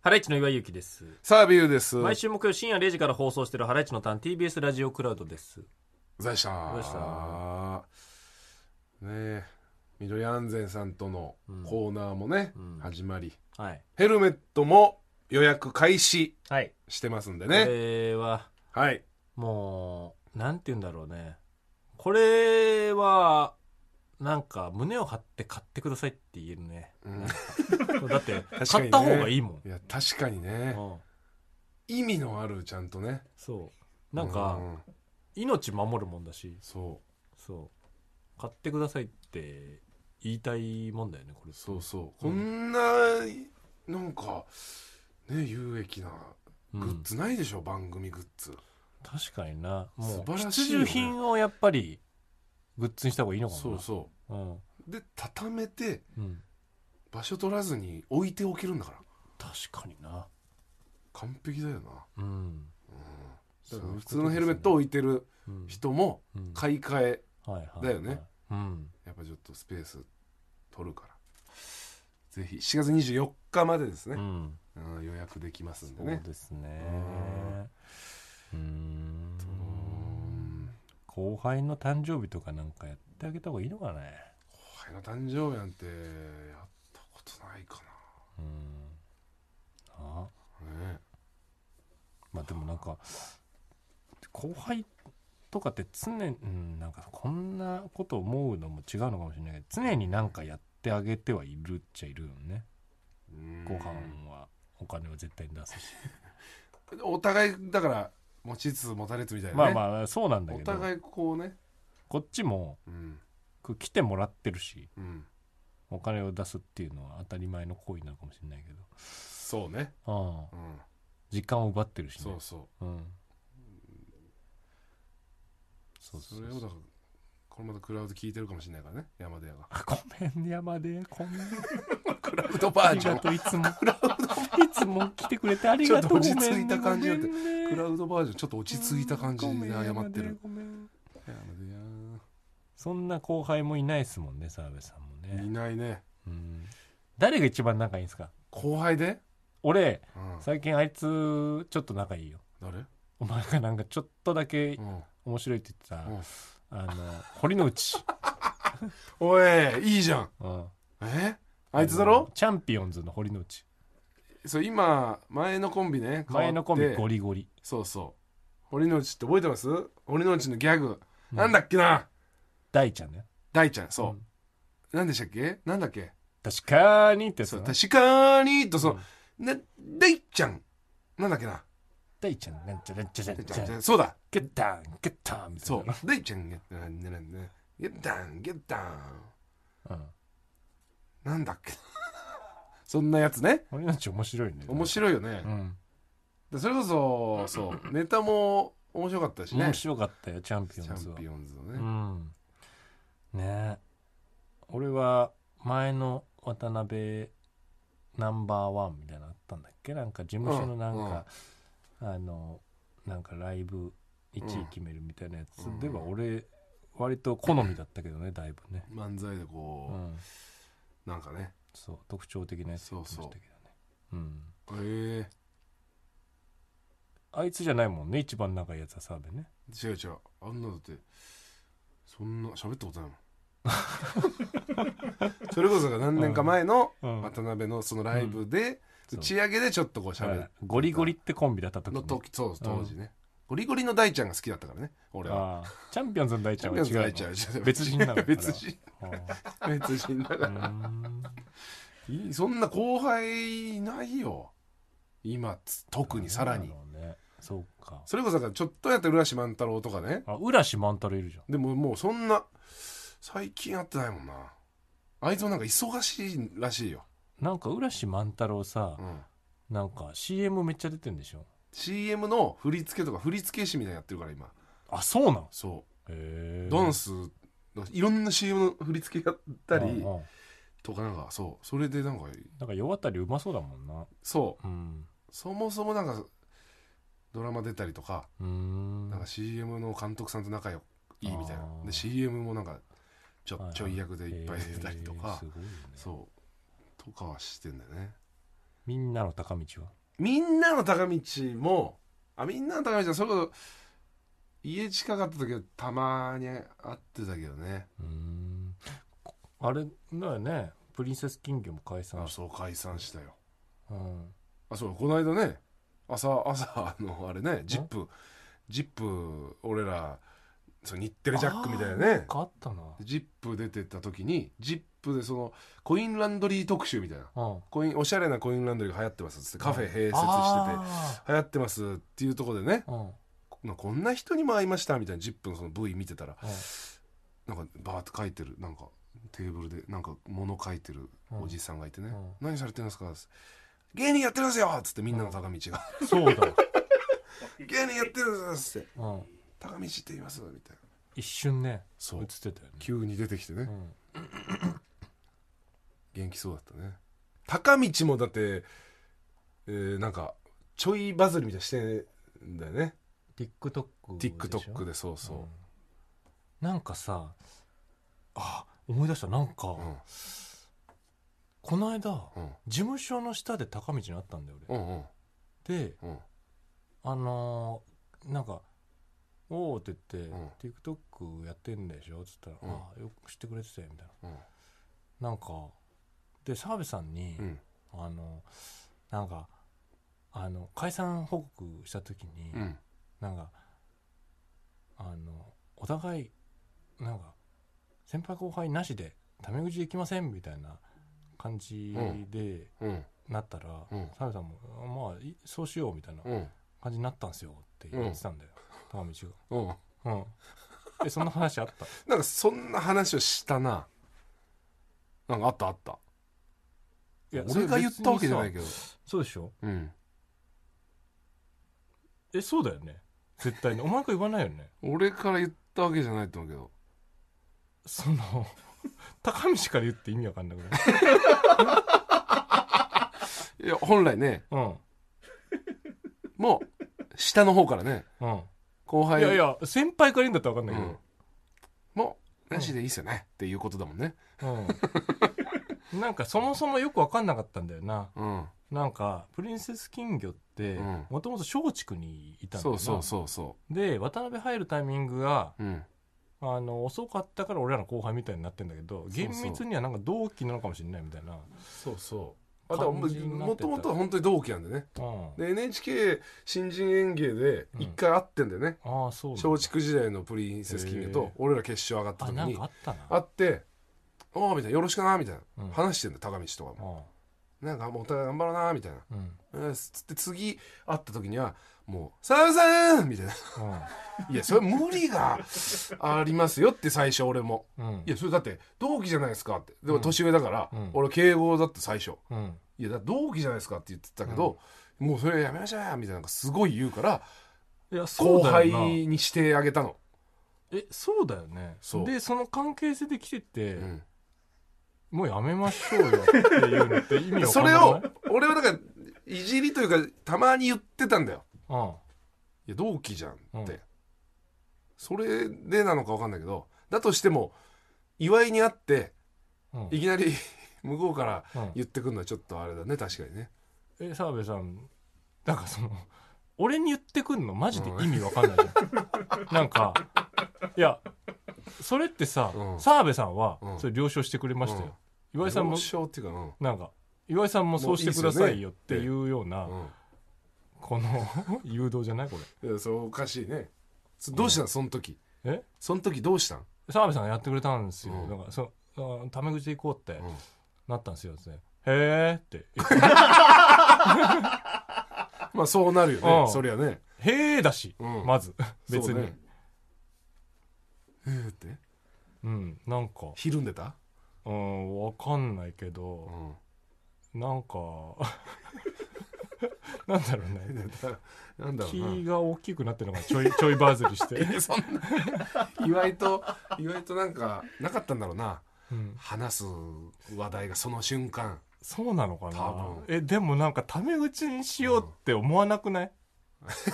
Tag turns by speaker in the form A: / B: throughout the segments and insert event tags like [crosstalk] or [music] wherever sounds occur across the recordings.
A: ハライチの岩井ゆきです。
B: さあビューです
A: 毎週木曜深夜0時から放送しているハライチのターン TBS ラジオクラウドです。
B: ざした
A: ざした
B: ねえ緑安全さんとのコーナーもね、
A: うん
B: 始まり
A: はい。
B: ヘルメットも予約開始
A: はい。
B: してますんで
A: こ
B: ね、
A: れは、
B: はい
A: もう、なんて言うんだろうね。これは、なんか胸を張って買ってくださいって言える
B: [laughs]
A: ね。
B: うん
A: だって、
B: ね
A: 買った方がいいもん。
B: いや確かにね
A: うん、
B: 意味のあるちゃんとね
A: そう。なんか
B: う、ん
A: 命守るもんだし、
B: そ
A: そう。買ってくださいって言いたいもんだよね、これ
B: う。そうそう
A: う
B: こんななんかね有益な
A: う
B: グッ
A: ん、
B: ズないでしょ、番組グッズ
A: 確かにな。
B: 素
A: もう、
B: 晴ら
A: 必
B: しいよね
A: 需品をやっぱり、グッズにした方がいいのかもな。。
B: そうそう
A: うん。
B: うで畳めて
A: うん。
B: 場所取らずに置いておけるんだから
A: 確かにな。
B: 完璧だよな、
A: うん。
B: だから普通のヘルメットを
A: を、
B: 置いてる
A: うん
B: 人も
A: うん
B: 買い替え
A: はいはいはい
B: だよね。
A: うん。
B: やっぱちょっとスペース取るからぜひ4月24日までです
A: う
B: ね、
A: ん。
B: うん予約できますん
A: そ
B: で
A: う
B: ね
A: ですね。うーん。
B: うん
A: 後輩の誕生日とかなんかやってあげた方がいいのかね。
B: 後輩の誕生日なんてやったことないか
A: うん。あ
B: なね
A: まあでもなんか、後輩とかって常に、うん、なんかこんなこと思うのも違うのかもしれないけど、常になんかやってあげてはいるっちゃいるよね。
B: うん
A: ご飯は、お金は絶対に出すし。
B: お互いだから持ちつ持たれつみたいな、
A: まあ
B: ね、
A: まあ、そうなんだ
B: お
A: けど、
B: 互いこうね
A: こっちも、
B: うん
A: こう来てもらってるし、
B: うん
A: お金を出すっていうのは当たり前の行為なのかもしれないけど、
B: そうね
A: ああ
B: うん
A: 時間を奪ってるしね。
B: そうそう
A: うん。そう
B: そ
A: そう
B: れをだからこれまたクラウド聞いてるかもしれないからね山田屋が
A: [laughs] ごめん、山で、こんな。
B: クラウド
A: あ
B: バ
A: りがとう、いつも。いつも来てくれてあり
B: ちょ
A: が
B: っ
A: とう。
B: と落ち着いた感じだって
A: ごめんね
B: [laughs] クラウドバージョンちょっと落ち着いた感じで謝ってる。
A: ごめんごめん
B: 山田
A: そんな後輩もいないですもんね、澤部さんも
B: 屋い
A: ね。
B: ないね
A: うん誰が一番仲いいんですか
B: 後輩で、
A: 俺、
B: うん、
A: 最近あいつ、ちょっと仲いいよ。
B: 誰、うん
A: お前がなんかちょっとだけ面白いって言って
B: うん
A: た、あの、堀之内。 [laughs]
B: おいいいじゃん
A: うん
B: えあいつだろ
A: のチャンピオンズの堀之内。
B: そう今前のコンビね変わって
A: 前のコンビゴリゴリ。
B: そうそう堀之内って覚えてます堀之内のギャグ、なんだっけな
A: 大ちゃんね。
B: 大ちゃんそう、
A: うん
B: なんでしたっけなんだっけ
A: 確かにってやつ
B: そ
A: だ
B: う
A: な。
B: 確かにとそう、ね大ちゃんなんだっけな
A: 大ちゃん、なんちゃらんちゃらんちゃらん。
B: そうだ
A: ゲッタン、ゲッタンみたい
B: そ
A: な。
B: う。大ちゃんが、なんねなんね。ゲッダン、ゲッダン。
A: うん。
B: なんだっけ。 [laughs] そんなやつね。
A: 俺のち面白いね。
B: 面白いよね
A: う。ん。
B: でそれこそ、そう、ネタも面白かったしね。
A: 面
B: チ
A: 白かったよ、チャンピオンズ
B: ャン
A: は。
B: ピオンズの
A: う
B: ね。
A: ん。ねえ。俺は、前の渡辺ナンバーワンみたいなのあったんだっけなんか事務所のなんか、あの、なんかライブ1位決めるみたいなやつでは、俺、割と好みだったけどね、だいぶね。
B: 漫才で
A: う
B: こ
A: ん。
B: う、なんかね。
A: そう、特徴的なやつやってましたけどね。うん。
B: え
A: あいつじゃないもんね、一番仲いいやつは澤部ね。
B: え。違う違う。あんなだって、そんな喋ったことないもん。
A: [laughs]
B: それこそが何年か前の
A: うん
B: 渡辺のそのライブで
A: うん
B: 打ち上げでちょっとこう喋
A: は
B: る
A: いゴリゴリってコンビだった時
B: の
A: に
B: 時そう当時ね、ゴリゴリの大ちゃんが好きだったからね俺は
A: ああチャンピオンズの大ち
B: チ
A: ゃ
B: ャ
A: ん
B: ン
A: は
B: ピ
A: 違
B: オ
A: う
B: ンズの大ちゃん
A: の
B: は違う
A: 別人なのかな
B: [laughs] 別人
A: [laughs]
B: 別人だ
A: あ
B: から、
A: あうーん
B: いいそんな後輩いないよ今つ [laughs] 特にさらに
A: そうなのねそうか
B: それこそだからちょっとやった浦島万太郎とかね
A: あ浦島万太郎いるじゃん
B: でももうそんな最近会ってないもんなあいつもなんか忙しいらしいよ、
A: なんか浦島万太郎さ
B: うん、
A: なんか CM めっちゃ出てんでしょ
B: CM の振り付けとか振り付け師みたいなのやってるから今
A: あそうなん
B: そ
A: へえ
B: うダンスいろんな CM の振り付けやったり、
A: うんうん
B: とかなんかそうそれでなんか
A: なんか世渡りうまそうだもんな
B: そう
A: うん
B: そもそもなんかドラマ出たりとか,、
A: うーん
B: なんか CM の監督さんと仲良いいみたいな
A: あー
B: で CM もなんかちょ
A: はいはい
B: ちょい役でいっぱい出たりと
A: へえ
B: か
A: すごいね
B: そうとかはしてんだよね
A: みんなの高道は
B: みんなの高道もあみんなの高道はそれこそ家近かった時はたまに会ってたけどね
A: うーんこあれだよねプリンセス金魚も解散
B: あ
A: し
B: そう解散したよ
A: うん
B: あそうこの間ね朝朝あのあれね「ジップジップ俺らそう日テレジャックみたいな
A: あーん
B: ね
A: かあったな
B: 「ジップ出てった時に「ジップでそのコインランドリー特集みたいな
A: うん
B: コインおしゃれなコインランドリーが流行ってますっつってカフェ併設してて
A: あ
B: 流行ってますっていうところでね
A: ーうんうん
B: ここんな人にも会いましたみたいな「ジップのその V 見てたらなんかバーって書いてるなんかテーブルでなんか物書いてるおじさんがいてね
A: うん
B: 「何されてるんですか?」芸人やってるんですよ!」っつってみんなの
A: [laughs]
B: 高道が
A: そうだ、
B: 「芸人やってるんです!」って
A: うん、
B: 「高道って言います?」みたいな
A: 一瞬ね
B: そ
A: 映っ
B: う
A: てたよね、
B: 急に出てきて
A: う
B: ね
A: ん、
B: 元気そうだったね高道もだってえーなんかちょいバズりみたいなしてんだよね
A: TikTok でしょ
B: TikTok でそう
A: うん
B: そ
A: なんかさあ思い出したなんか、
B: ううん
A: この間
B: うん
A: 事務所の下で高道に会ったんだよ
B: う
A: 俺、
B: んうん
A: で
B: うん
A: あのーなんか「おお」って言って
B: うん
A: 「TikTok やってんでしょ」っつったら「
B: うん
A: ああよく知ってくれてたよ」みたい
B: うん
A: ななんかで澤部さんに、
B: うん
A: あのなんかあの解散報告した時に、
B: うん
A: なんかあのお互いなんか先輩後輩なしでタメ口できませんみたいな感じで
B: うん
A: なったら、
B: うん
A: 澤部さんも「あまあいそうしよう」みたいな
B: うん
A: 感じになったんですよって言ってたんだよ、高道
B: うん
A: が。うんえそんな話あった
B: なんかそんな話をしたななんかあったあった
A: いや
B: 俺が言ったわけじゃない
A: けど
B: けど
A: そうでしょ
B: うん
A: えそうだよね絶対にお前が言わないよね
B: 俺から言ったわけじゃないと思うけど
A: その [laughs] 高道から言って意味わかんなくない
B: いや本来ね
A: うん
B: もう下の方からね
A: うん、
B: 後輩
A: いやいや先輩から言うんだったらわかん
B: う
A: ないけど、
B: ん、もうなしでいいっすよね、っていうことだもんね
A: うん、 [laughs] なんかそもそもよく分かんなかったんだよな
B: うん
A: なんかプリンセス金魚って
B: うん
A: もともと松竹にいたんだ
B: そ
A: よ
B: う
A: な
B: そうそうそ
A: で渡辺入るタイミングが
B: ううん
A: あの遅かったから俺らの後輩みたいになってんだけど
B: そう
A: 厳密にはなんか同期なのかもしれないみたいな
B: そうそう
A: う
B: あだからも
A: 感じになって
B: も
A: た
B: ともとは本当に同期なんでね
A: うん、
B: で NHK 新人演芸で一回会ってんだよね
A: ああそうなんだ
B: 松竹時代のプリンセス金魚
A: へ
B: と
A: え
B: 俺ら決勝上がった
A: あ
B: 時
A: なん
B: に
A: かあったな
B: 会って「おお」みたいな「よろしくな」みたいな、
A: うん
B: 話してんだよ高道とかも
A: あ
B: なんかもうお互い頑張ろうなみたいな
A: あうん
B: うんつって次会った時にはもう「さよさん!」みたいな [laughs] 「いやそれ無理がありますよ」って最初俺も
A: うんうん
B: 「いやそれだって同期じゃないですか」ってでも
A: うん
B: 年上だから、
A: うん
B: 俺敬語だって最初
A: うん
B: 「いやだって同期じゃないですか」って言ってたけど、もうそれやめましょうやみたいなのがすごい言うから
A: いやそ
B: 後
A: うだ
B: 輩
A: よな
B: にしてあげたの
A: えそうだよね
B: そう
A: でその関係性で来てて、
B: うん
A: もうやめましょうよっていうのって意味わか
B: そ
A: んな
B: れ
A: い
B: を俺はだからいじりというかたまに言ってたんだよ
A: うん
B: いや同期じゃんって、
A: うん
B: それでなのか分かんないけどだとしても祝いに会って
A: うん
B: いきなり [laughs] 向こうから
A: うん
B: 言ってくるのはちょっとあれだね確かにね
A: え澤部さんなんかその俺に言ってくんのマジで意味わかんないじゃん、なんかいやそれってさ
B: うん
A: 澤、部さんは
B: うん
A: それ了承してくれましたよ、岩井さんも
B: 了承っていうかうん
A: なんか岩井さんもそうしてくださいよっていうような
B: うん
A: この [laughs] 誘導じゃないこ
B: いやそうおかしいねそどうしたんその時
A: れえ
B: その時どうしたん
A: 澤部さんがやってくれたんですよ、
B: うん
A: だからそあタメ口で行こうって
B: うん
A: なったんですよですねへーって言って
B: まあそうなるよ
A: う
B: ね
A: ん
B: そりゃね
A: 「へーだし、
B: うん
A: まず別
B: そう
A: にう,、
B: ねえーって
A: んなんか
B: ひるんでた
A: うんわかんないけ
B: う
A: ど、
B: ん
A: なんか [laughs] なんだろうね
B: なんだろうな
A: 気が大きくなってるのがちょい [laughs] ちょいバズりして、
B: え [laughs] そんな岩井と岩井となんかなかったんだろうな
A: うん、
B: 話す話題がその瞬間
A: そうなのか
B: 多
A: な
B: 分
A: えでもなんかタメ口にしようって思わなく [laughs] ない、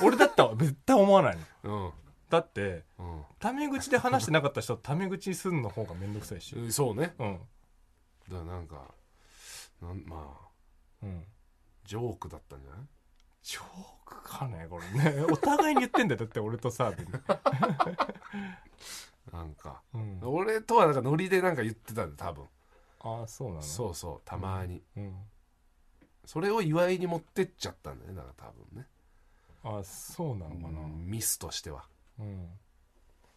A: 俺だったら絶対思わないの
B: うん、
A: だって
B: うん
A: タメ口で話してなかった人はタメ口にするの方がめんどくさいし
B: え、そうね
A: うん
B: だからなんかなんまあ
A: うん、
B: ジョークだったんじゃない
A: ジョークかねこれねお [laughs] 互いに言ってんだよだって俺と澤部に、
B: なんか、
A: うん、
B: 俺とはなんかノリでなんか言ってたんだ多分
A: ああそうなの
B: そうそうたまに、
A: う、うん、
B: それを祝いに持ってっちゃったんだよねだから多分ね
A: ああそうなのかな、
B: うんミスとしては
A: うん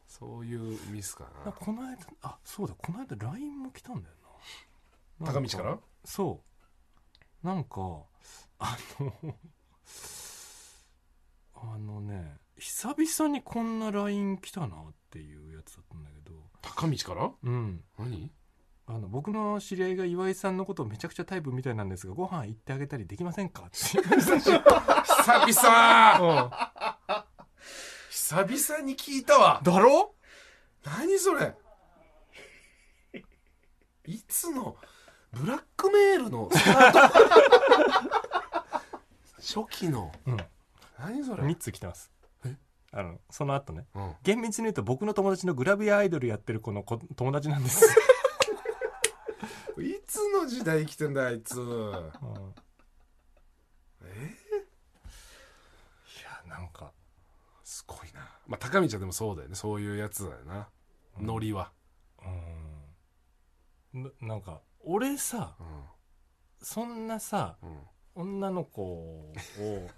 B: そういうミスか
A: な
B: な
A: か
B: ん
A: この間あそうだこの間 LINE も来たんだよな
B: 高道から
A: そうなんかあのあのね久々にこんな LINE 来たなっていうやつだったんだけど
B: 高道から
A: うん
B: 何
A: あの僕の知り合いが岩井さんのことをめちゃくちゃタイプみたいなんですがご飯行ってあげたりできませんかっていう
B: 久々
A: うん
B: 久々に聞いたわ
A: [laughs] だろ
B: 何それいつのブラックメールのスタート初期の
A: うん
B: 何それ、
A: 3つ来てます
B: え
A: あのその後ね
B: うん
A: 厳密に言うと僕の友達のグラビアアイドルやってる子の子友達なんです、
B: いつの時代生きてんだあいつ
A: うん、いや
B: え
A: なんか
B: すごいなまあ高見ちゃんでもそうだよねそういうやつだよな、
A: うん
B: ノリは、
A: うんななんか俺さ
B: う
A: そんなさ
B: んうん、
A: 女の子
B: [laughs]
A: を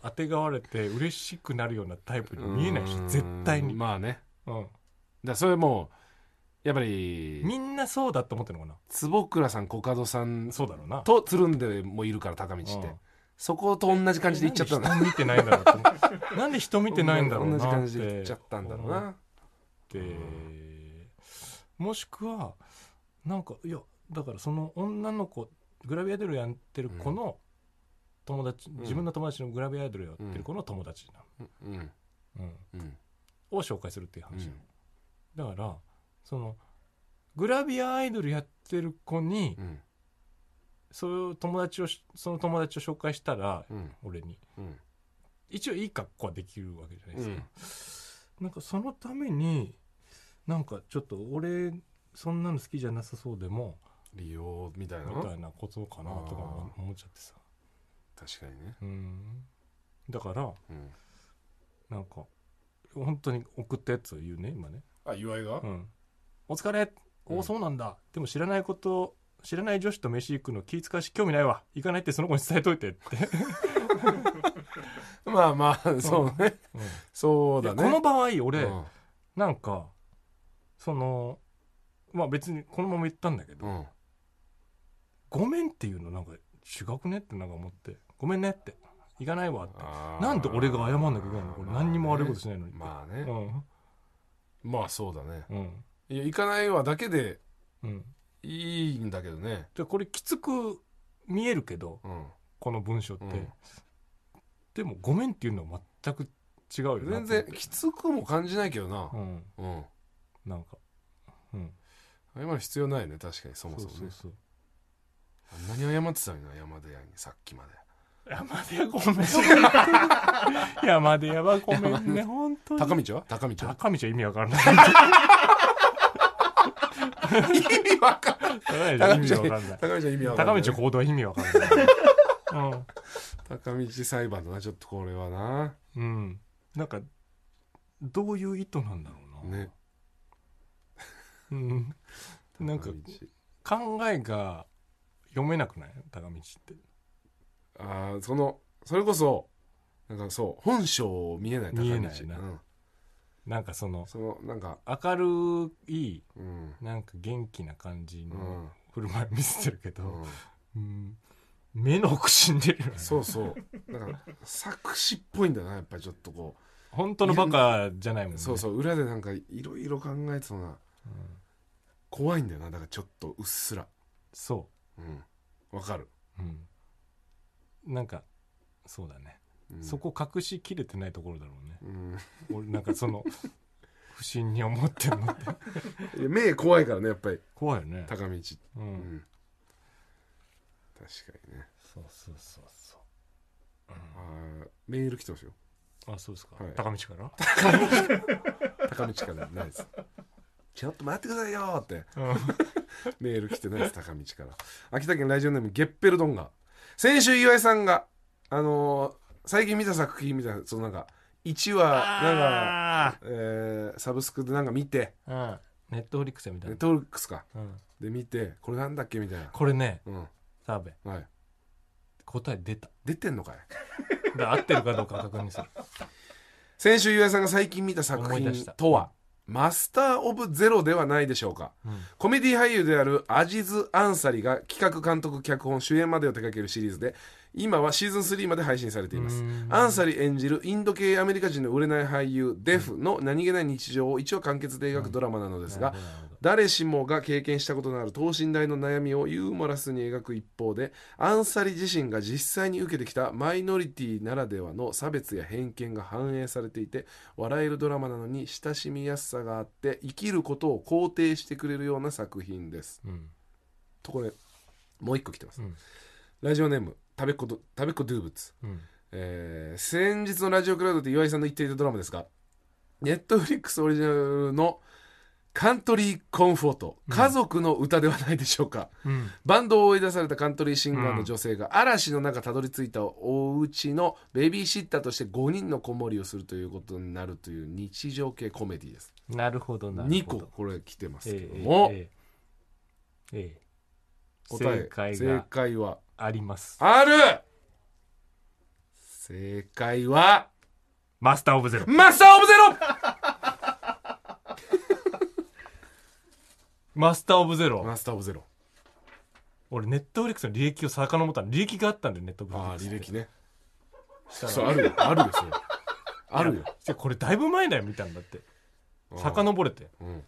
A: あてがわれて嬉しくなるようなタイプに見えないでしょ絶対に、
B: まあねだか
A: うん、
B: らそれもうやっぱり
A: みんなそうだと思ってるのかな
B: 坪倉さんコカドさん
A: そうだろうな
B: とつるんでもいるから高道って、
A: うん
B: そこと同じ感じで行っちゃったんだ
A: なんで人見てないんだろうと思ってなんで人見てないんだろうなっ
B: [laughs] 同じ
A: て
B: 感じで行っちゃったんだろうな
A: って、
B: うん
A: もしくはなんかいやだからその女の子グラビアアイドルやってる子の友達、
B: ん
A: 自分の友達のグラビアアイドルやってる子の友達な
B: うん
A: の、
B: うん
A: うんを紹介するっていう
B: う
A: 話、
B: ん
A: だからそのグラビアアイドルやってる子に、
B: うん
A: そういう友達をしその友達を紹介したら、
B: うん
A: 俺に
B: うん
A: 一応いい格好はできるわけじゃないですか、
B: うん
A: なんかそのためになんかちょっと俺そんなの好きじゃなさそうでも
B: 利用みたいな
A: みた
B: 確
A: いなことかなとかも思っちゃってさ
B: かにね
A: うんだから
B: うん
A: なんか本当に送ったやつを言うね今ね
B: あ岩井が
A: う、ん「お疲れ
B: う
A: お
B: ん
A: そうなんだでも知らないこと知らない女子と飯行くの気使うし興味ないわ行かないってその子に伝えといて」って
B: まあまあそうね
A: うん
B: そうだ
A: い
B: ね
A: やこの場合俺、
B: うん
A: なんかそのまあ別にこのまま言ったんだけど、
B: うん
A: ごめんっていうのなんか違くねってなんか思ってごめんねって行かないわって
B: あー
A: なんで俺が謝んなきゃいけないのこれ何にも悪いことしないのに
B: ま
A: う
B: あね
A: ん
B: まあそうだね
A: うん
B: いや行かないわだけで
A: うん
B: いいんだけどね
A: でこれきつく見えるけど
B: うん
A: この文章って、
B: うん
A: でもごめんっていうのは全く違うよな
B: 全然きつくも感じないけどな
A: うん
B: うん
A: なんかうん
B: 謝る必要ないね確かにそもそもね
A: そう
B: あんなに謝ってたのにな山田屋にさっきまで
A: 山出屋ごめんね山出屋はごめんね本当に
B: 高道は高道は
A: 高道は意味わからない
B: 意味わかんない
A: 高道は意味わか
B: 高道は
A: んない
B: 高道は意味わかんな
A: 高
B: い
A: 道の行動は意味わかんないうん
B: 高道裁判だなちょっとこれはな
A: うん、なんかどういう意図なんだろうな、
B: ね
A: うん、なんか
B: 高道
A: 考えが読めなくない高道って
B: あーそのそれこそなんかそう本性見えない高道
A: 見えないな
B: うん
A: なんかその
B: そのなんか
A: 明るい
B: うん
A: なんか元気な感じの
B: うん
A: 振る舞い見せてるけ
B: う
A: ど、
B: ん
A: うん目の奥死んでるよね
B: そうそうなんか作詞っぽいんだなやっぱりちょっとこ
A: 本当のバカじゃないもん
B: う
A: ね
B: そうそう裏でなんかいろいろ考えてそうな
A: うん
B: 怖いんだよなだからちょっとうっすら
A: そ
B: うんわかる
A: う、うん、なんかそうだね、
B: うん
A: そこ隠しきれてないところだろうね
B: うん
A: 俺なんかそ
B: [laughs]
A: の不審に思ってるのって
B: いや目怖いからねやっぱり
A: 怖いよね
B: 高道
A: う
B: うんん確かにね
A: そうそうそうそ
B: あーメール来てますよ
A: うあそうですか、
B: はい
A: 高道から
B: 高道からないです [laughs] ちょっと待ってくださいよーって
A: うん
B: メール来てないです高道から秋田県ラジオネームゲッペルドンガ先週岩井さんがあのー最近見た作品みたいなそのなんか1話なんか、
A: あ
B: えーサブスクでなんか見て
A: あネットフリックスみたい
B: ネッ
A: な、
B: トフリックスか
A: うん、
B: で見てこれなんだっけみたいな
A: これね
B: うん
A: 澤部
B: はい
A: 答え出た
B: 出てんのかい
A: だから合ってるかどうか確認する
B: 先週岩井さんが最近見た作
A: 思い
B: 品
A: 出した
B: とはマスター・オブ・ゼロではないでしょうか
A: うん
B: コメディ俳優であるアジズ・アンサリが企画監督脚本主演までを手掛けるシリーズで今はシーズン3まで配信されています
A: うん
B: アンサリ演じるインド系アメリカ人の売れない俳優デフの何気ない日常を一応完結で描くドラマなのですが
A: なるほどなるほど
B: 誰しもが経験したことのある等身大の悩みをユーモラスに描く一方でアンサリ自身が実際に受けてきたマイノリティならではの差別や偏見が反映されていて笑えるドラマなのに親しみやすさがあって生きることを肯定してくれるような作品です。
A: うん
B: とこれもう一個来てます。
A: うん
B: ラジオネーム食べっ子ど食べっ子ドゥーブツ
A: うん
B: えー先日のラジオクラウドで岩井さんの言っていたドラマですが、ネットフリックスオリジナルのカントリーコンフォート、家族の歌ではないでしょうか。
A: うん
B: バンドを追い出されたカントリーシンガーの女性が嵐の中たどり着いたお家のベビーシッターとして5人の子守りをするということになるという日常系コメディです。
A: なるほどなるほど
B: 2個これ来てますけ
A: え
B: ど
A: え
B: も、
A: ええええ
B: 答え
A: 正解
B: 正
A: が
B: 解は
A: あります
B: ある正解は
A: マスターオブゼロ
B: マスターオブゼロ
A: マスターオブゼロ
B: マスターオブゼロ。
A: 俺ネットフリックスの履歴を遡ったの履歴があったんだよネットフリッ
B: ああ、
A: クス
B: 履歴ね。
A: したら
B: そう、あるよ。あるよ、それ。あるよ。
A: じゃあこれだいぶ前だよ見たんだって遡れて
B: うん。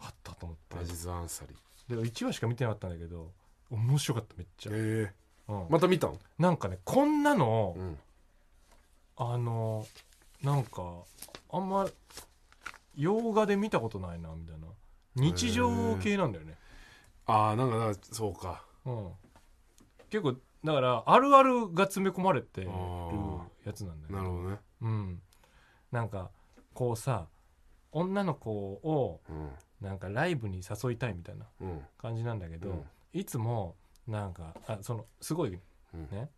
A: あったと思
B: ア
A: っ
B: ジズ・アンサリ。
A: てで1話しか見てなかったんだけど面白かっためっちゃ、
B: ええ。
A: うん
B: また見たん
A: なんかねこんなの、
B: ん。
A: あのなんかあんま洋画で見たことないなみたいな日常系なんだよね、
B: ああ、なんか、なんかそうか。
A: うん、結構だからあるあるが詰め込まれてる
B: あー
A: やつなんだよね
B: なるほどね。
A: うん、なんかこうさ女の子を
B: うん。
A: なんかライブに誘いたいみたいな
B: うん。
A: 感じなんだけど、
B: うん
A: いつもなんかあそのすごい
B: うん
A: ね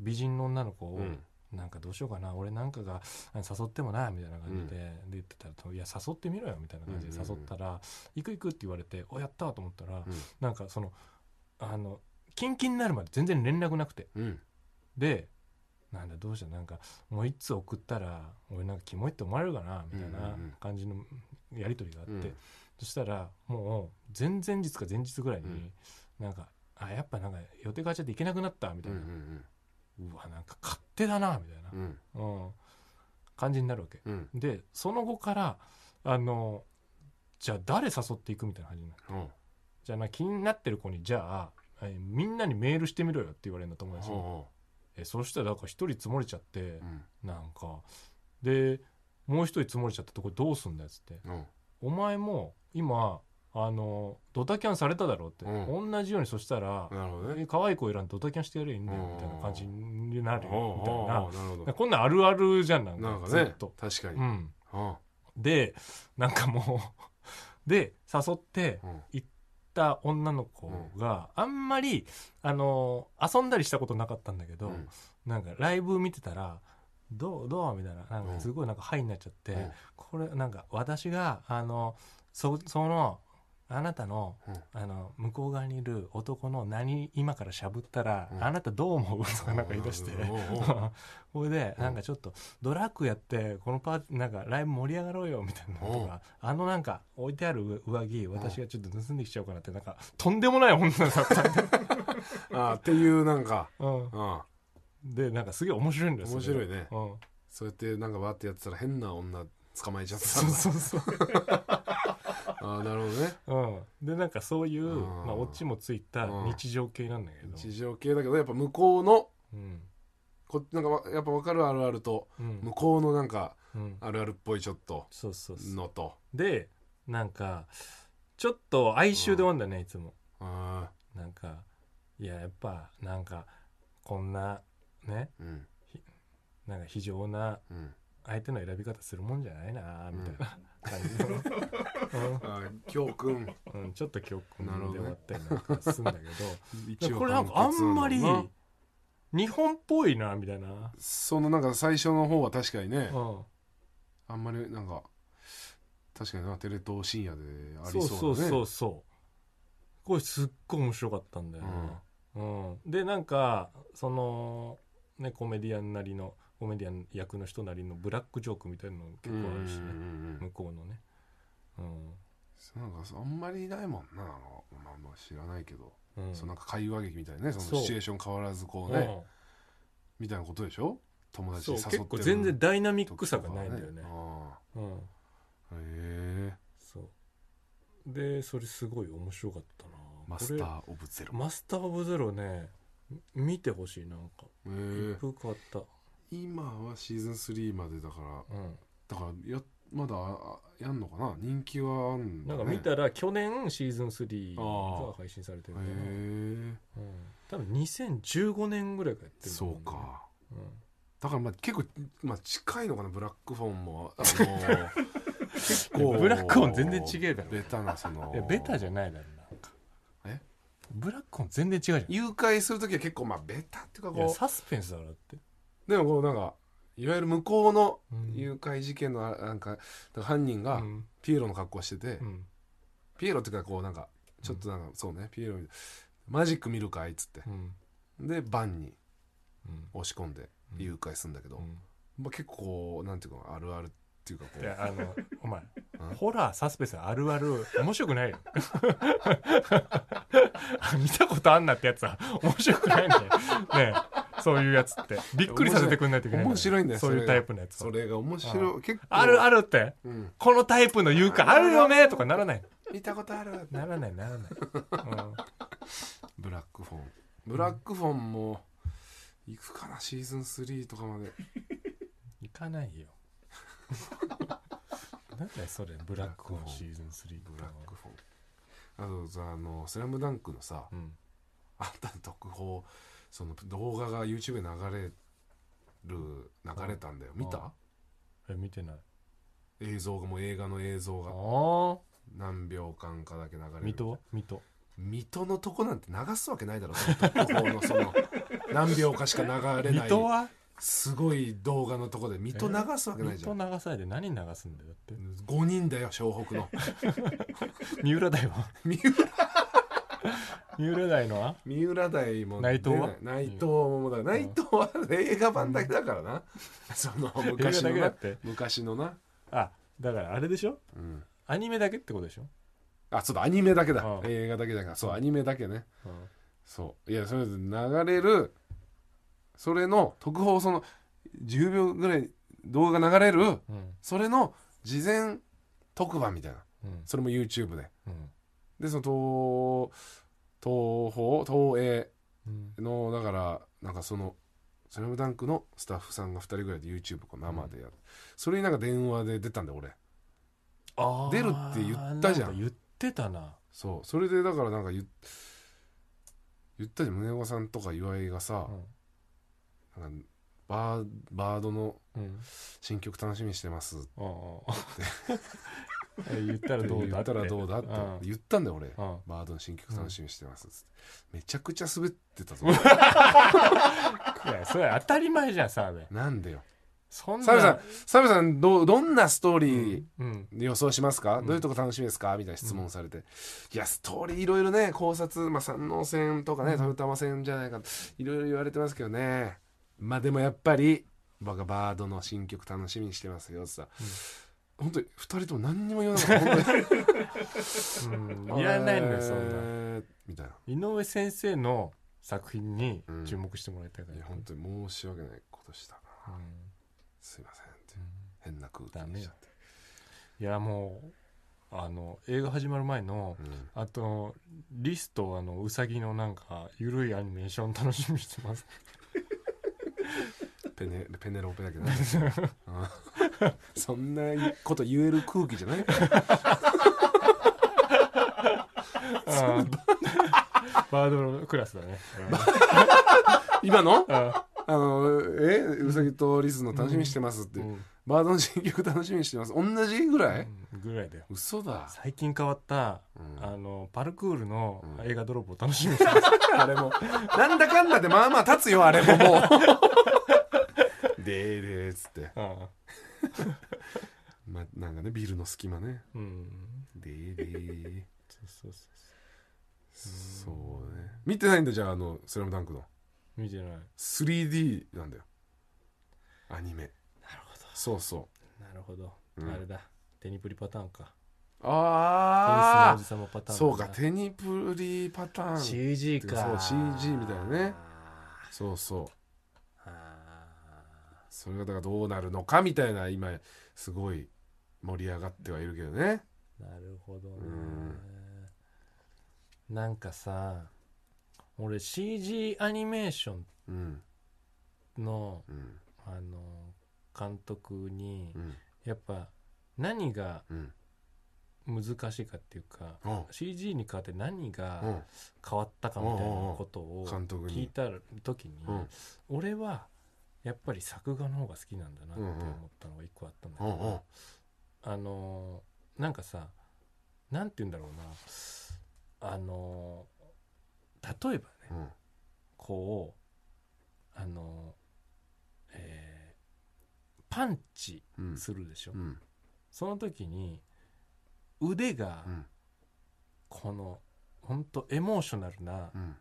A: 美人の女の子を、
B: うん。
A: なんかどうしようかな俺なんかがあ誘ってもなみたいな感じで,、で言ってたらと「いや誘ってみろよ」みたいな感じで
B: うんうんう
A: 誘
B: ん
A: ったら「行く行く」って言われて「おやった!」と思ったら、
B: ん
A: なんかそのあのキンキンになるまで全然連絡なくて
B: うん。
A: でなんだどうしたなんかもう一通送ったら俺なんかキモいって思われるかなみたい
B: うんう
A: なん
B: うん
A: 感じのやり取りがあって、
B: うん
A: そしたらもう前々日か前日ぐらいに、
B: うん
A: なんかあやっぱなんか予定変わっちゃって行けなくなったみた
B: う
A: い
B: ん
A: な、
B: うん
A: うわなんか勝手だなみたいな
B: う、ん
A: うん感じになるわけ
B: うん
A: でその後からあのじゃあ誰誘っていくみたいな感じになる
B: うん
A: じゃあな気になってる子にじゃあえみんなにメールしてみろよって言われるの友達に、えそしたらなんか一人積もれちゃって、
B: うん
A: なんかでもう一人積もれちゃったとこれどうすんだよっつって
B: うん
A: 「お前も今あのドタキャンされただろ」って、
B: う
A: 同じようにそしたら、
B: なるほどね
A: え可愛い子選んでドタキャンしてやればいいんだよみたいな感じになるよみたいな
B: おうおうおうなるほ
A: こんなんあるあるじゃんなん
B: ど
A: か
B: なんか
A: ず
B: ね
A: っと。
B: 確かに
A: う
B: うん
A: ん、でなんかもう [laughs] で誘って
B: うん
A: た女の子があんまり、あの遊んだりしたことなかったんだけど、
B: うん
A: なんかライブ見てたら「どうどう?」みたいななん
B: うん
A: かすごいなんか「はい」になっちゃって、
B: うん
A: これなんか私があのそそのあなたの
B: うん
A: あの向こう側にいる男の何今からしゃぶったら、
B: うん
A: あなたどう思う [laughs] と [laughs] かなんか言い出して。
B: おうおうおう
A: [laughs] これで
B: うん
A: なんかちょっとドラッグやってこのパーティーなんかライブ盛り上がろうよみたいなのとかあのなんか置いてある上上着私がちょっと盗んできちゃおうかなってなんかとんでもない女だった
B: [laughs]
A: んで、
B: ああっていうなんか
A: うん
B: うん面
A: でなんかすげえ面白いんですよそれ
B: 白いね
A: うん、
B: そうやってなんかわーってやってたら変な女捕まえちゃった
A: そうそう
B: [laughs]
A: そう
B: ああなるほどね
A: うん、でなんかそういう、
B: うん
A: まあ、オチもついた
B: うん
A: 日常系なんだけど、
B: 日常系だけどやっぱ向こうの
A: うん
B: こなんかわやっぱ分かるあるあると
A: うん
B: 向こうのなんか
A: うん、
B: あるあるっぽいちょっと
A: そうそうそう
B: のと
A: でなんかちょっと哀愁で終わんだね、いつも
B: あ
A: なんかいややっぱなんかこんなね
B: ーうん
A: なんか非常な
B: うん
A: 相手の選び方するもんじゃないなみたいな感じの、
B: あ今日くん
A: うんうんちょっと教訓
B: なるほ
A: で終
B: どね
A: わったりなんかするんだけど
B: [laughs] 一応
A: これなんかあんまり
B: 完結なのか
A: 日本っぽいなみたいな、
B: そのなんか最初の方は確かにね
A: うん、
B: あんまりなんか確かになテレ東深夜であ
A: そ
B: り
A: う
B: そ
A: そうう
B: なね
A: そうそうこれすっごい面白かったんだよね、うんでなんかそのねコメディアンなりのコメディアン役の人なりのブラックジョークみたいなのも結
B: うん
A: 構あるしね、
B: うんうんうん
A: 向こうのね、う
B: なんかそうあんまりいないもんなあのまあまあ知らないけど、
A: んうん、
B: そうなんか会話劇みたいなねその
A: そう
B: シチュエーション変わらずこう
A: う
B: ね、
A: ん
B: みたいなことでしょ友達
A: そう
B: に誘って
A: 結構全然ダイナミックさ
B: さ
A: がないんだよね、
B: あ
A: うん、
B: あへえ
A: そうでそれすごい面白かったな
B: マスターオブゼ
A: こ
B: ロ
A: れマスター・オブ・ゼロねみ見てほしいなんか
B: へ
A: 一
B: え
A: 風変わった、
B: 今はシーズン3までだから
A: うん
B: だからやまだあやんのかな人気はあんだ、
A: なん
B: ね、
A: か見
B: へ
A: たら去年シーズン3
B: あ
A: が
B: あ
A: 配信されてるから、
B: え
A: うん、多分2015年ぐらいからやってるんだ
B: そ
A: もん
B: う
A: ね
B: か
A: うん
B: だからまあ結構、まあ、近いのかなブラックフォンもあの結構
A: ブラックフォン全然違えだろ
B: ベタなその
A: いやベタじ
B: ゃん
A: ゃないだろうなんか
B: え
A: ブラックホン全然違うじ
B: 誘拐する時は結構まあベタっていうか
A: ゃんいや
B: こ
A: サスペンスだろだって、
B: うでもこうなんかいわゆる向こうの
A: うん
B: 誘拐事件のあなんかだから犯人
A: う
B: が
A: ん
B: ピエロの格好してて、
A: うん
B: ピエロっていうかこうなんかちょっとなんか、そうねピエロみたいマジック見るかいっつって
A: うん
B: でバンに
A: うん
B: 押し込んで
A: うん
B: 誘拐するんだけど、
A: うん
B: まあ、結構なんていうかあるあるっていうかこ
A: いや
B: う
A: あのお前
B: ん
A: ホラーサスペンスあるある面白くないよ見たことあんなってやつは面白くないんだよねえそういうやつってびっくりさせてくんないといけない
B: 面白いんだよ
A: そうい
B: それ
A: う
B: が
A: タイプのやつは
B: それが面白い結構
A: あるあるって
B: うん、
A: このタイプの言うかあるよねとかならない
B: 見たことある
A: ならないならない、うん
B: ブラックフォンブラックフォンも行くかなシーズン3とかまで
A: 行かないよなんだよそれブラックホーンシーズン3
B: ブラックフォンあとさあの「スラムダンクのさ
A: うん
B: あんたの特報その動画が YouTube で流れる流れたんだよ見
A: あ
B: た
A: え見てない
B: 映像がもう映画の映像
A: あ
B: が
A: あ
B: 何秒間かだけ流れる
A: 水戸は水戸
B: 水戸のとこなんて流すわけないだろその特報の
A: [laughs]
B: その何秒かしか流れな
A: 水戸
B: い
A: は
B: すごい動画のとこで水戸流すわけない
A: 水
B: じ
A: 戸
B: ゃん
A: 流されて何流すんだよだって
B: 5人だよ湘北
A: [laughs]
B: の
A: 三浦大は
B: 三浦
A: 三浦大のは
B: 三浦大も
A: 内藤は
B: 出ない内藤もだ内藤は映画版だけだからなその昔
A: だ
B: の
A: けだ
B: な
A: って
B: 昔のな、
A: あだからあれでしょ
B: うん、
A: アニメだけってことでしょ、
B: あそうだアニメだけだ
A: ああ
B: 映画だけだからそうアニメだけね
A: うん
B: そういやそれで流れるそれの特報その10秒ぐらい動画が流れる
A: うん
B: それの事前特番みたいな
A: うん
B: それも YouTube で
A: うん
B: でその東東宝東映
A: うん
B: のだからなんかその「スラムダンクのスタッフさんが2人ぐらいで YouTube こう生でやる、それになんか電話で出たんだよ俺
A: あー
B: 出るって言ったじゃん
A: なか言ってたな
B: そうそれでだからなんか言っ言ったじゃん宗岡さんとか岩井がさ、なんかバーバードの
A: うん、うん
B: 新曲楽しみにしてますって
A: ああ [laughs] 言ったらどう
B: 言
A: だ
B: っ
A: って
B: たらどうだって言ったんだよ俺、
A: うんうん
B: バードの新曲楽しみにしてますっつって、めちゃくちゃ滑ってたぞ
A: いやそれ当たり前じゃん澤部
B: なんでよ
A: そんな
B: サメさんサメさんどうどんなストーリー、
A: うん
B: 予想しますか、
A: うん
B: どういうとこ楽しみですかみたいな質問されて、いやストーリーいろいろね考察、まあ、山王戦とかね
A: うん
B: 豊玉戦じゃないかいろいろ言われてますけどねまあでもやっぱり僕はバードの新曲楽しみにしてますよってさ、本当に2人とも何にも言わなかった本
A: うん
B: 当
A: [laughs]
B: に
A: いらないのよそんな
B: えー [laughs] みたいな
A: 井上先生の作品に
B: うん
A: 注目してもらいたいから、
B: いや本当に申し訳ないことしたな
A: うん
B: すいませんって変な空気
A: ダメ
B: にしち
A: よ
B: ゃって、
A: いやもうあの映画始まる前の
B: うん
A: あとリストあのうさぎのなんかゆるいアニメーション楽しみにしてます [laughs]
B: ペネペネロペだけどねうん [laughs] そんなこと言える空気じゃないから
A: あーバードのクラスだね
B: 今の
A: あ
B: あのえうさぎとリスの楽しみにしてますって、
A: ーうん
B: バードの新曲楽しみにしてます同じぐらい、
A: うんぐらいだよ
B: 嘘だ、
A: 最近変わった、
B: うん
A: あのパルクールの
B: うん
A: 映画泥棒楽しみにしてま
B: [laughs]
A: す、
B: あれもなんだかんだでまあまあ立つよあれももうでーでーっつって、
A: うん
B: ま、なんかねビルの隙間ね
A: うん
B: でーでー
A: そうそうそうそ
B: そうね見てないんだじゃああの「スラムダンクの
A: う見てないなる
B: 3D なんだよアニメ
A: ほど
B: そうそ
A: なるほど、
B: うん
A: あれだテニプリパターンか
B: う
A: テニスの
B: あ
A: 王子様パタ
B: あ
A: ーン
B: そう
A: だ
B: かテニプリパターン
A: CG か
B: そう CG みたいなねそうそう
A: あ
B: それがだからどうなるのかみたいな今すごい盛り上がってはいるけどね
A: ーなるほどね
B: うん
A: なんかさ俺 CG アニメーショ
B: うん
A: ンの
B: うん
A: あの監督に
B: うん
A: やっぱ何が
B: うん
A: 難しいかっていうか
B: おう
A: CG に変わって何
B: う
A: が
B: ん
A: 変わったかみたいなことを
B: 監督
A: 聞い
B: に
A: た時に
B: うん
A: 俺はやっぱり作画の方が好きなんだなって
B: うんうん
A: 思ったのが一個あったんだけ
B: うんう
A: ど
B: ん
A: あのーなんかさなんて言うんだろうなあのー例えばね
B: うん
A: こうあのーえーパンチ
B: うん
A: するでしょ
B: うん
A: その時に腕が
B: うん
A: この本当エモーショナルな
B: うん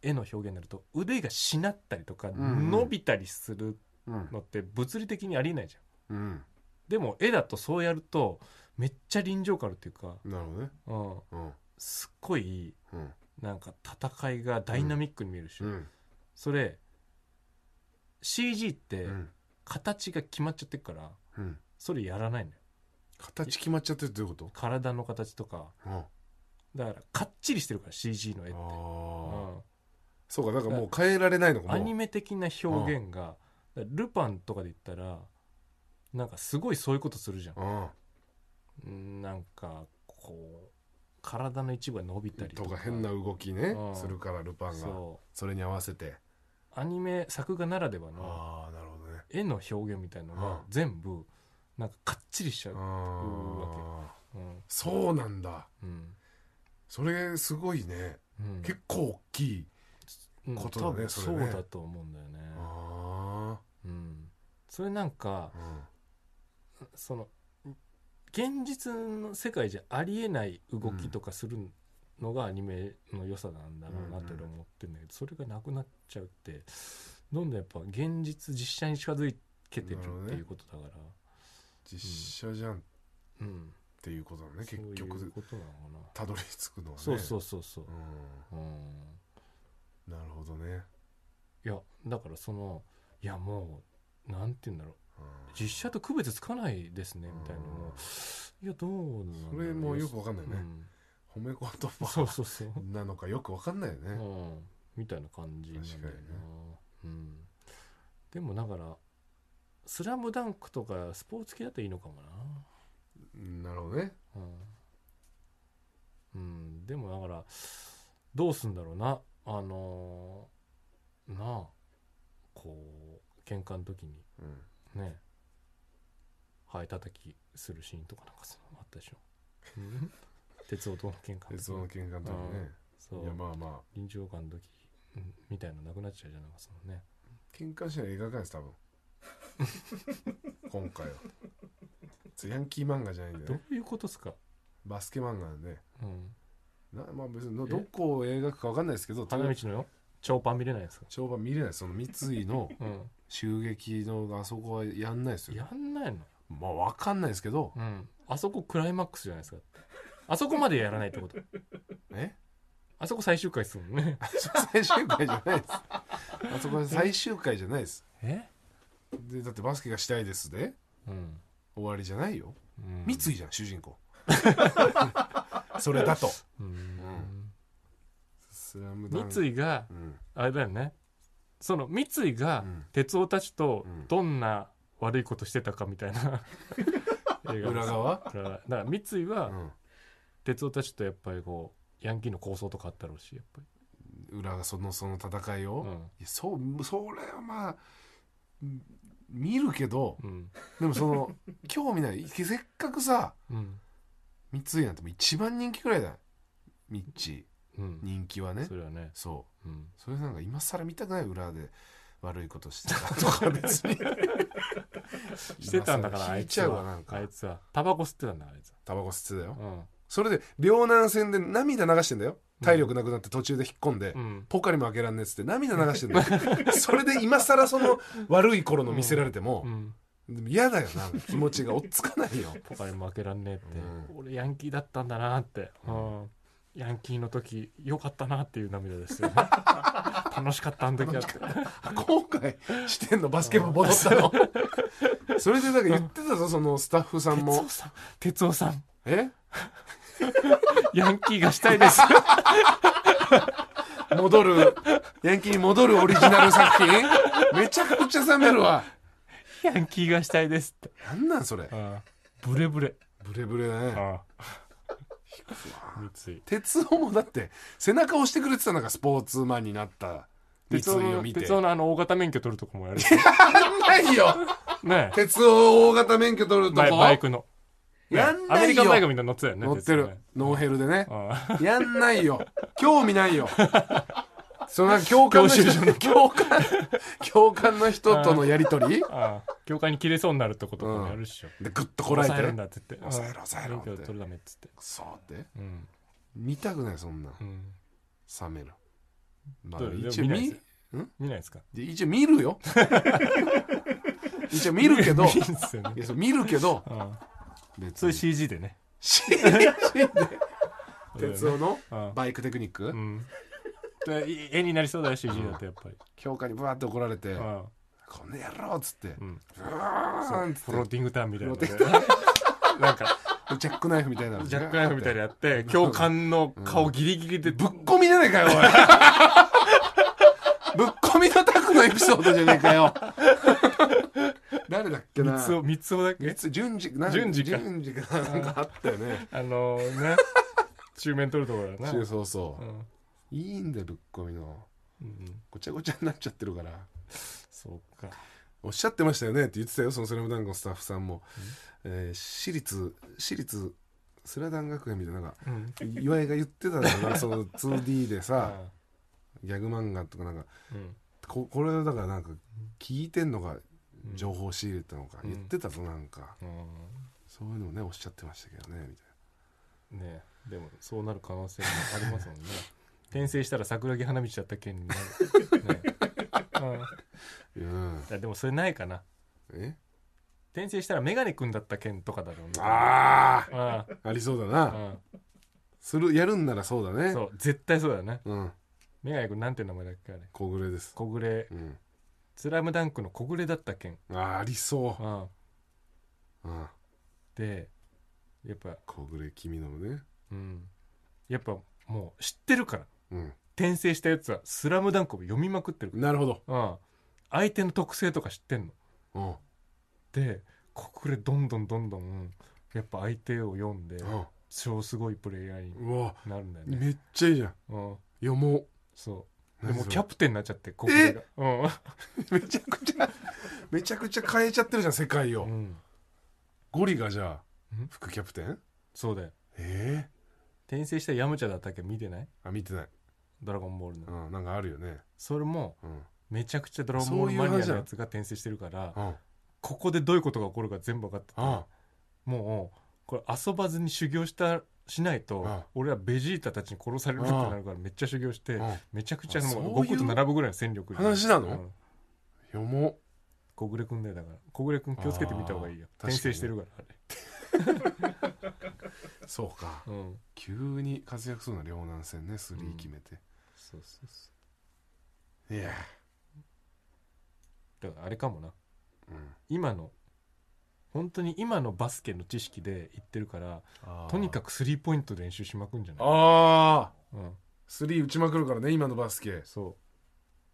A: 絵の表現になると腕がしなったりとか
B: んうん
A: 伸びたりする
B: うん
A: のって物理的にありえないじゃん
B: うん
A: でも絵だとそうやるとめっちゃ臨場感あるっていうか、
B: なるほどね
A: うん、
B: うん
A: すっごい
B: うん
A: なんか戦いがダイナミックに見えるし、
B: うん
A: それ CG って
B: うん
A: 形が決まっちゃってるから
B: うん
A: それやらないのよ
B: 形決まっちゃってるってどういうこと
A: 体の形とか
B: うんあ
A: だからかっちりしてるから CG の絵って、
B: あ
A: う
B: そうかだからもう変えられないの
A: ん、
B: か
A: ア
B: も
A: ニ
B: う
A: メ的な表現が、だからルパンとかで言ったらなんかすごいそういうことするじゃん
B: うん
A: うんなんかこう体の一部が伸びたり
B: とか変な動きね
A: うん
B: するからルパンが
A: そう
B: それに合わせて
A: アニメ作画ならではの
B: ああなるほどね
A: 絵の表現みたいの
B: うん
A: が全部なんかかっちりしちゃう、
B: ああ
A: うん
B: そうなんだ
A: うん
B: それすごいね
A: うん、
B: 結構大きい、
A: うん
B: ことだね
A: 多分
B: そ
A: そ
B: れ
A: う
B: ね
A: だと思うんだよね、
B: あ
A: うん、それなんか
B: あう
A: その現実の世界じゃありえない動きとかするのがアニメの良さなんだろうなって俺は思ってるんだけどそれがなくなっちゃうってどんどんやっぱ現実実写に近づけてるっていうことだから、
B: 実写じゃんっ
A: うん、
B: ていうことだね、
A: そう
B: 結
A: いう
B: 局
A: ことなのかな
B: たどり着くのはね
A: そうそうそうそう、
B: う
A: うん、
B: ん、なるほどね、
A: いやだからそのいやもうなんて言うんだろう
B: うん
A: 実写と区別つかないですねみたいなのもいやどうなんだろう
B: それもよくわかんないね、褒め
A: う
B: 言
A: ん、そう
B: 葉
A: そうそう、
B: なのかよくわかんないよ
A: う
B: ね、
A: ん、みたいな感じなんだよな、
B: 確か
A: うん、でもだから「スラムダンクとかスポーツ系だといいのかもな
B: うんなるほどね
A: うん、うん、でもだからどうすんだろうなあのーなあこう喧嘩の時に
B: うん
A: ねハエ叩きするシーンとかなんかそのあったでしょ
B: [laughs]
A: 鉄男との喧嘩の
B: でそ
A: 時
B: の喧嘩の時ね、
A: そ
B: いうやまあま
A: 臨場感の時うんみたいなのなくなっちゃうじゃんなんかそのね
B: あ喧嘩しない映画館で
A: [laughs]
B: す多分今回はヤンキー漫画じゃないんだ
A: ど
B: よね
A: ういうことっすか
B: バスケ漫画なんで
A: うん
B: なまあ別にのどこを描くかわかんないですけど
A: 花道のよ長パン見れないんですか
B: 帳場見れないですその三井の
A: うん
B: 襲撃のあそこはやんないですよ
A: やんないの
B: まあわかんないですけど
A: うんあそこクライマックスじゃないですかあそこまでやらないってこと
B: [laughs] え
A: あそこ最終回っすもんね
B: 最終回じゃないですあそこは最終回じゃないです
A: え
B: でだってバスケがしたいですで
A: うん、
B: 終わりじゃないよ
A: うん、
B: 三井じゃん主
A: [laughs]
B: 人公それだと
A: うん
B: スラムダンク
A: 三井が
B: うん
A: あれだよねその三井が
B: うん
A: 哲夫たちと
B: うん
A: どんな悪いことしてたかみたいな映画
B: [laughs] 裏
A: です裏
B: 側
A: 側だから三井
B: う
A: は
B: ん
A: 哲夫たちとやっぱりこうヤンキーの構想とかあったろうしやっぱり
B: 裏がそのその戦いを、
A: うん
B: いやそうそれはまあうん見るけど
A: うん
B: でもその [laughs] 興味ないせっかくさ
A: うん
B: 三井なんてもう一番人気ぐらいだミッチ
A: うん
B: 人気はね
A: それはね
B: そう
A: うん
B: それなんか今更見たくない裏で悪いことしてたとか別に
A: [laughs] してたんだから
B: 今更
A: あ
B: 聞
A: い
B: い
A: つ
B: ちゃうわなん
A: は
B: か
A: あいつはタバコ吸ってたんだあいつ
B: タバコ吸ってたよ
A: は
B: それで両南戦で涙流してんだよ体力なくなって途中で引っ込んで、
A: うんうん
B: ポカリも開けらんねえっつって涙流してんだ [laughs] よそれで今更その悪い頃の見せられても
A: う、ん
B: でも嫌だよな気持ちが落ち着かないよ
A: ポカリ負けらんねえって、
B: う
A: 俺ヤンキーだったんだなって、うんヤンキーの時良かったなっていう涙ですよね楽しかったあの時はって
B: [laughs] 後悔してんのバスケ部戻ったのそれでなんか言ってたぞそのスタッフさん
A: 哲
B: も
A: 夫さん哲夫さん
B: え
A: ヤンキーがしたいです
B: 戻るヤンキーに戻るオリジナル作品めちゃくちゃ冷めるわ
A: ヤンキーがしたいですって
B: なんなんそれ
A: ブレブレ
B: ブレブレだね
A: [laughs] 三井
B: 鉄夫もだって背中押してくれてたのがスポーツマンになった三
A: 哲夫
B: 井を
A: の
B: 見て
A: 哲夫のあの大型免許取るとこもやるし
B: やんないよ
A: ねえ
B: 鉄夫大型免許取ると
A: バイ
B: こ
A: バイクの、ねえ
B: やん
A: ア
B: な
A: メ
B: い
A: リカン
B: よ
A: バイクみたいなの乗ってたよね
B: 乗ってる
A: 哲
B: ノーヘルでね
A: 夫ねうん
B: やんないよ興味ないよそのなんか共感の人
A: 教習所の
B: 共感共感の人とのやり取り
A: ああ教会に切れそうになるってこともやるっしょ、
B: でグッとこらえ
A: 抑え
B: て
A: る
B: る
A: んだって言って
B: 抑えろ抑えろ
A: 免許
B: って
A: 取るためっつって
B: そうって
A: うん
B: 見たくないそんなん
A: うん
B: 冷めるまあ
A: どう
B: 一
A: で
B: 応
A: も見ない
B: 見
A: です見ないですか
B: で一応見るよ一応見るけ
A: [laughs]
B: ど
A: 見
B: い
A: るんですよね
B: やそう見るけど
A: うん
B: 別
A: そ
B: に
A: れ CG でね
B: CG で鉄夫の
A: うん
B: バイクテクニック
A: うんでい絵になりそうだよ CG だとやっぱり
B: 教官にブワーって怒られて
A: うん
B: 「この野郎」っつって
A: うん
B: 「うわーん」っつ
A: フ
B: っ
A: ロー
B: て
A: ティングターンみたいなの
B: フ
A: でなんか
B: ジャックナイフみたいなの
A: ジャックナイフみたいなのやって教官の顔ギリギリで
B: ぶっ込みじゃねえか
A: [laughs]
B: よおいぶっ込みのタクのエピソードじゃねえかよ誰だっけな
A: 三つを三つをだけ
B: 三つ順次なん
A: 順次か
B: 順次かなんかあったよね
A: あの [laughs] ね中面取るところだな
B: そうそうう、
A: ん
B: いいんだよぶっ込みの
A: うん
B: ごちゃごちゃになっちゃってるから
A: そうか
B: おっしゃってましたよねって言ってたよその「スラムダンクのスタッフさんも、えー私立私立スラダン学園みたいななんか
A: うん
B: 岩井が言ってたんだよなその 2D でさ
A: あ
B: ギャグ漫画とかなんか
A: あうん
B: ここれだからなんか聞いてんのか
A: うん
B: 情報仕入れたのか
A: うん
B: 言ってたぞなんか
A: うん
B: そういうのもねおっしゃってましたけどねみたい
A: ねえでもそうなる可能性もあり [laughs] ますもんね転生したら桜木花道だった件になる、 [laughs] ねえうんい
B: なうん
A: やでもそれないかな
B: え
A: 転生したらメガネ君だった件とかだろうな
B: あ
A: あ
B: ーありそうだ
A: あ
B: なするやるんならそうだ
A: うん
B: ね
A: そう絶対そうだよね
B: うん
A: メガネ君なんて名前だっけあれ
B: 小暮です
A: 小暮
B: うん
A: 「スラムダンクの小暮だった件
B: あーありそ
A: うん
B: ううん
A: でやっぱ
B: 小暮君のもね
A: うんやっぱもう知ってるから
B: うん
A: 転生したやつは「スラムダンクを読みまくってるか
B: なるほど
A: ら、うん、相手の特性とか知ってんの
B: うんうん
A: でここでどんどんどんどんやっぱ相手を読んで超すごいプレイヤーに
B: うわ
A: なるんだよね、
B: めっちゃいいじゃん
A: うん、
B: 読も
A: そう
B: う
A: でもうキャ
B: ャ
A: プテンになっちゃってここでが
B: [laughs] めちゃくちゃめちゃくちゃ変えちゃってるじゃん世界
A: う
B: を
A: ん、うん、
B: ゴリがじゃあ
A: ん
B: 副キャプテン
A: そうだよ
B: ええ
A: 転生したヤムチャだったっけ見てない
B: あ見てない
A: ドラゴンボールの、
B: うんなんかあるよね
A: それも
B: うん
A: めちゃくちゃドラゴンボールマニアのやつが転生してるから
B: うん
A: ここでどういうことが起こるか全部分かってて
B: あ
A: もうこれ遊ばずに修行したしないと
B: あ
A: 俺はベジータたちに殺されるってなるからめっちゃ修行して
B: あ
A: めちゃくちゃ
B: あそうい
A: も
B: う
A: う悟空と並ぶぐらいの戦力に
B: 話なの
A: うん
B: 読もう
A: 小暮君だよだから小暮君気をつけてみた方がいいよ
B: あー
A: 転生してるからあ
B: そうか
A: れうん
B: 急に活躍するな両南戦ね3決めて、
A: そうそうそ
B: いや
A: うだからあれかもな
B: ー、うん
A: 今の本当に今のバスケの知識で言ってるからとにか
B: く
A: くスリーポイント練習しまくんじゃない
B: ああ
A: うん
B: 3打ちまくるからね今のバスケ
A: そ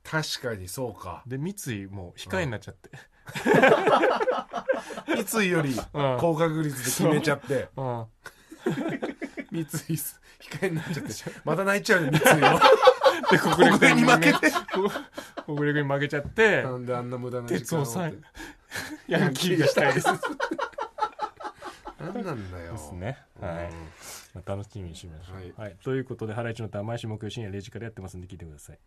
B: 確かにそうか
A: うで三井も控えになっちゃって
B: 三井よ [laughs] り
A: うん
B: 高確率で決めちゃって
A: うん
B: 三井控えになっちゃってまた泣いちゃうよ三井を
A: で国
B: 国連に負け
A: [laughs]
B: て
A: 国国連に負けちゃって
B: なんであんな無駄な時
A: 鉄
B: 間を
A: を
B: って
A: さヤンキーがしたいです
B: 何なんだよ
A: ですね
B: うん
A: はい楽しみにしましょう、
B: はい
A: はい、ということで「ハライチのターン」毎週木曜深夜0時からやってますんで聞いてください